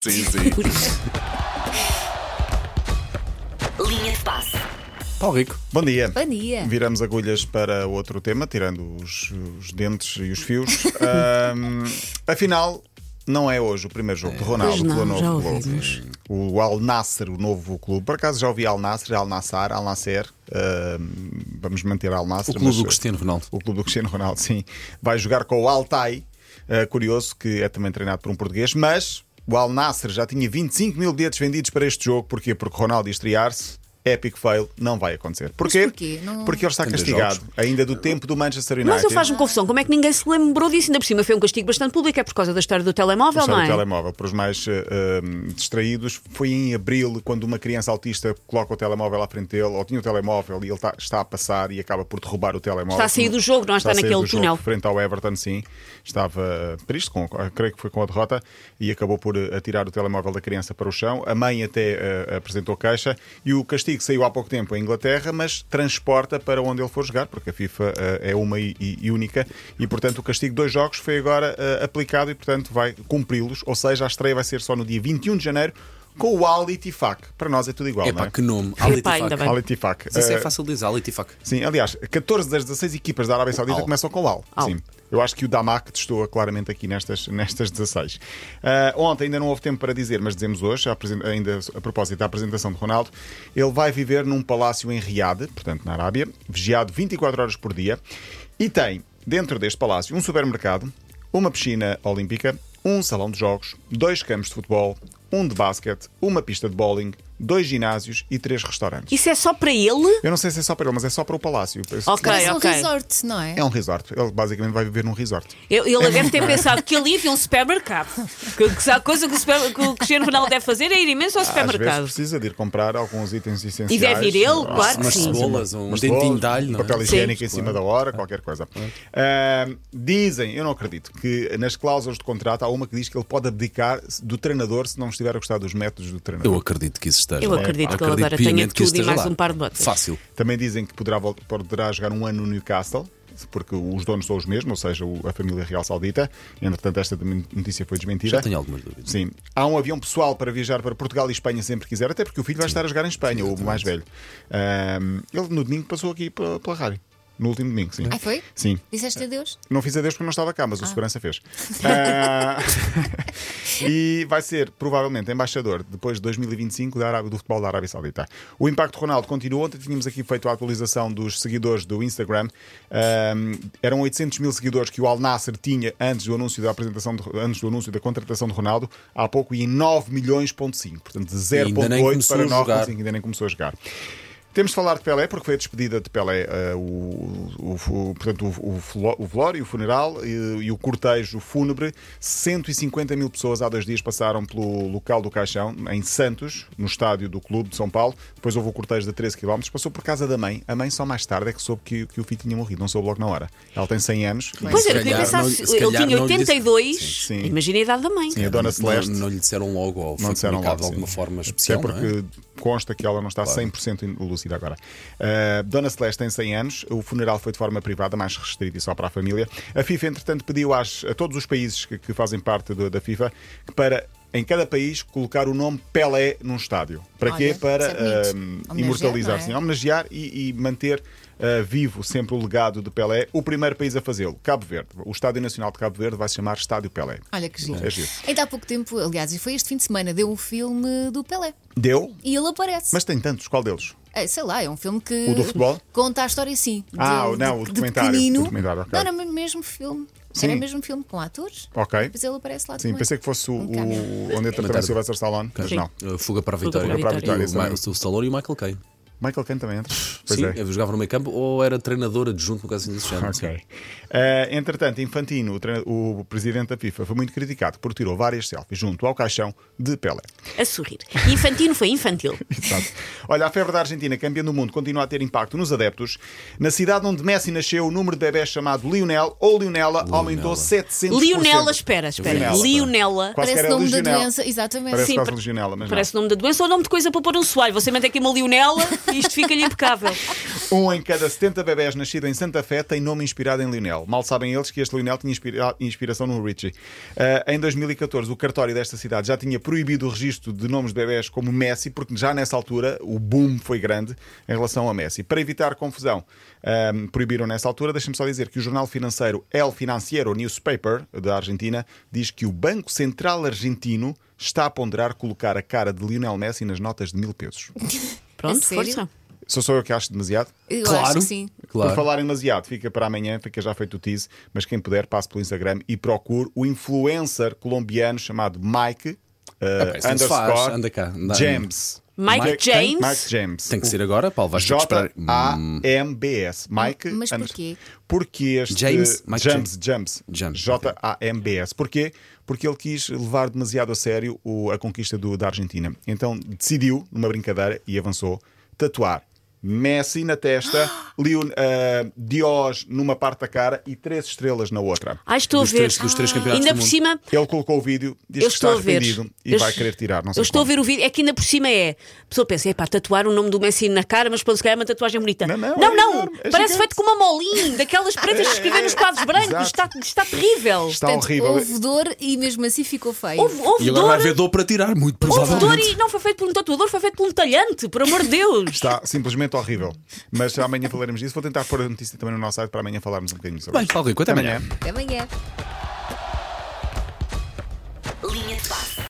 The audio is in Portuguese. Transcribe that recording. Sim, sim. Por isso. Linha de passe. Paulo Rico, bom dia. Bom dia. Viramos agulhas para outro tema, tirando os, os dentes e os fios. Ahm, afinal, não é hoje o primeiro jogo de Ronaldo Pois não, pelo já novo ouvimos. clube. O Al Nasser, o novo clube. Por acaso já ouvi Al Nasser, Al Nassar, Al Nasser. Ahm, vamos manter Al Nasser. O clube do mas- Cristiano Ronaldo. o clube do Cristiano Ronaldo, sim, vai jogar com o Altai. Uh, curioso que é também treinado por um português, mas o Al Nasser já tinha 25 mil bilhetes vendidos para este jogo. Porquê? Porque Ronaldo ia estrear-se. Epic fail, não vai acontecer. Porquê? porquê? Não- Porque ele está Tantos castigado ainda do tempo do Manchester United. Mas ele faz-me confusão. Como é que ninguém se lembrou disso? Ainda por cima foi um castigo bastante público. É por causa da história do telemóvel, Só não do é? telemóvel. Para os mais eh, eh, distraídos, foi em abril, quando uma criança autista coloca o telemóvel à frente dele, ou tinha o telemóvel e ele tá- está a passar e acaba por derrubar o telemóvel. Está a sair do jogo, não é? Está a sair naquele do jogo, túnel. frente ao Everton, sim. Estava eh, triste, com, creio que foi com a derrota, e acabou por eh, atirar o telemóvel da criança para o chão. A mãe até eh, apresentou queixa e o castigo saiu há pouco tempo em Inglaterra, mas transporta para onde ele for jogar, porque a FIFA eh, é uma e, e única, e portanto o castigo de dois jogos foi agora eh, aplicado e portanto vai cumpri-los, ou seja, a estreia vai ser só no dia 21 de janeiro com o Al Itifak. Para nós é tudo igual, não Epá, é? que nome. Epá, ainda Alitifak. bem. Al Itifak. Mas Isso é Eh, fácil de dizer, Alitifak. Sim, aliás, 14 das 16 equipas da Arábia Saudita Al. começam com o Al. Al. Sim. Eu acho que o Damac testou claramente aqui nestas, nestas 16. Ah, ontem ainda não houve tempo para dizer, mas dizemos hoje, a apresen- ainda a propósito da apresentação de Ronaldo, ele vai viver num palácio em Riad, portanto na Arábia, vigiado 24 horas por dia, e tem dentro deste palácio um supermercado, uma piscina olímpica, um salão de jogos, dois campos de futebol, um de basquete, uma pista de bowling, dois ginásios e três restaurantes. Isso é só para ele? Eu não sei se é só para ele, mas é só para o palácio. Ok, Parece ok. um resort, não é? É um resort. Ele basicamente vai viver num resort. Eu- Ele deve ter pensado que ali havia um supermercado. Que, que a coisa que o, super- que o Cristiano Ronaldo deve fazer é ir imenso ao Às vezes supermercado. precisa de ir comprar alguns itens essenciais. E deve ir ele, Ah, claro que Umas sim. cebolas, um umas dentinho bolas, de alho. não é? papel Sim. higiênico em cima da hora, qualquer coisa. Ahm, dizem, eu não acredito, que nas cláusulas de contrato há uma que diz que ele pode abdicar do treinador se não estiver a gostar dos métodos do treinador. Eu acredito que isso esteja. Eu lá. acredito que ele agora piamente tenha de que isso tudo e esteja mais lá. um par de botas. Fácil. Também dizem que poderá, vol- poderá jogar um ano no Newcastle, porque os donos são os mesmos, ou seja, o- a família real saudita. Entretanto, esta notícia foi desmentida. Já tenho algumas dúvidas. Sim. Há um avião pessoal para viajar para Portugal e Espanha sempre que quiser, até porque o filho vai estar a jogar em Espanha, o mais velho. Ahm, ele no domingo passou aqui pela, pela rádio. No último domingo, sim. Ah, foi? Sim. Disseste adeus? Não fiz adeus porque não estava cá, mas o segurança fez. Ah, e vai ser, provavelmente, embaixador depois de 2025 da Arábia, do futebol da Arábia Saudita. O impacto de Ronaldo continua. Ontem tínhamos aqui feito a atualização dos seguidores do Instagram. Ah, eram 800 mil seguidores que o Al Nasser tinha antes do anúncio da apresentação, de- antes do anúncio da contratação de Ronaldo. Há pouco e em 9 milhões, ponto 5. Portanto, de Ainda nem 0,8 começou para a 9,5. jogar. Sim, ainda nem começou a jogar. Temos de falar de Pelé, porque foi a despedida de Pelé, eh, o, o- o- portanto, o, o, flo- o velório, o funeral e, e o cortejo fúnebre. 150 mil pessoas há dois dias passaram pelo local do caixão, em Santos, no estádio do Clube de São Paulo. Depois houve o cortejo de 13 km, passou por casa da mãe. A mãe só mais tarde é que soube que, que o filho tinha morrido, não soube logo na hora. Ela tem 100 anos. e- Pois Se é, eu queria calhar pensar, não- se se ele calhar tinha não lhe disse- 82, Sim, sim. imagina a idade da mãe. e a Dona Celeste. Não, não lhe disseram logo, ou Não foi disseram comunicado logo. de alguma sim. forma Até especial. não porque é? consta que ela não está 100% lúcida agora. Uh, Dona Celeste tem 100 anos, o funeral foi de forma privada, mais restrita e só para a família. A FIFA, entretanto, pediu às- a todos os países que, que fazem parte do- da FIFA que para. Em cada país, colocar o nome Pelé num estádio. Para quê? Olha, Para isso é bonito. um, Homenagear, imortalizar, não é? sim, homenagear e, e manter uh, vivo sempre o legado de Pelé. O primeiro país a fazê-lo, Cabo Verde. O Estádio Nacional de Cabo Verde vai se chamar Estádio Pelé. Olha que giro. É giro. Ainda há pouco tempo, aliás, e foi este fim de semana, deu um filme do Pelé. Deu? E ele aparece. Mas tem tantos, qual deles? É, sei lá, é um filme que. O do futebol? Conta a história, sim. Ah, dele, o- não, o de, documentário, De pequenino. o documentário, ok. Não, era o mesmo filme. Sim. Era o mesmo filme com atores. Ok. Depois ele aparece lá Sim, também. pensei que fosse o, Um cameo. o onde entra também o Comentário. Sylvester Stallone, mas Sim. não. Uh, Fuga para a Vitória. para a Vitória, E o, Ma- exatamente. o Stallone e o Michael Caine. Michael Caine também entra. Pois Sim, é. eu jogava no meio campo ou era treinador adjunto, no caso assim desse género. Ok. Eh, entretanto, Infantino, o, treina- o presidente da FIFA, foi muito criticado por tirou várias selfies junto ao caixão de Pelé. A sorrir. Infantino foi infantil. Exato. Olha, a febre da Argentina, campeã do mundo, continua a ter impacto nos adeptos. Na cidade onde Messi nasceu, o número de bebés chamado Lionel ou Lionela aumentou 700%. Lionela, espera, espera. Lionela. Lionela. Quase que Parece era o nome da legionela. doença, exatamente. Parece Sim, quase pa- legionela, mas não. Parece o nome da doença ou nome de coisa para pôr um soalho. Você mete aqui uma Lionela Isto fica-lhe impecável. Um em cada 70 bebés nascido em Santa Fé tem nome inspirado em Lionel. Mal sabem eles que este Lionel tinha inspira- inspiração no Richie. Ah, em 2014, o cartório desta cidade já tinha proibido o registro de nomes de bebés como Messi, porque já nessa altura o boom foi grande em relação a Messi. Para evitar confusão, ah, proibiram nessa altura. Deixa-me só dizer que o jornal financeiro El Financiero Newspaper, da Argentina, diz que o Banco Central Argentino está a ponderar colocar a cara de Lionel Messi nas notas de mil pesos. Pronto, sério? força. Sou só eu que acho demasiado? Eu acho Claro. que sim. Claro. Por falar em demasiado, fica para amanhã, fica já feito o tease, mas quem puder, passe pelo Instagram e procure o influencer colombiano chamado Mike eh, pá, isso não se faz, underscore anda cá, anda- James. Mike Quem? James? Mike James. Tem que ser agora, Paulo. Vais ter que esperar. Hum. J-A-M-B-S. Mike. Mas under- porquê? Porque este. James? Mike James. James. James, J-A-M-B-S. Porquê? Porque ele quis levar demasiado a sério o- a conquista do- da Argentina. Então decidiu, numa brincadeira, e avançou, tatuar. Messi na testa, Leon, ah, Dios numa parte da cara e três estrelas na outra. Ah, estou Dos a ver. três- dos três campeonatos ainda do por mundo. cima, Ele colocou o vídeo, diz eu que está estou a ver. arrependido e Eu- vai querer tirar. Não eu sei estou a como. ver o vídeo. É que ainda por cima é. A pessoa pensa, epá, tatuar o nome do Messi na cara, mas pronto, se calhar é uma tatuagem bonita. Não, não, não. é enorme, é Parece gigante. feito com uma molinha, daquelas pretas que se vê nos quadros brancos. Está, Exato. está terrível. Está Portanto, tá horrível. houve dor e mesmo assim ficou feio. Houve, houve E agora vai dor. haver dor para tirar, muito Houve provavelmente. dor e não foi feito por um tatuador, foi feito por um talhante, por amor de Deus. Está simplesmente horrível. Mas amanhã falaremos disso. Vou tentar pôr a notícia também no nosso site para amanhã falarmos um bocadinho sobre Bem, isso. Paulo Rico, até amanhã. Até amanhã.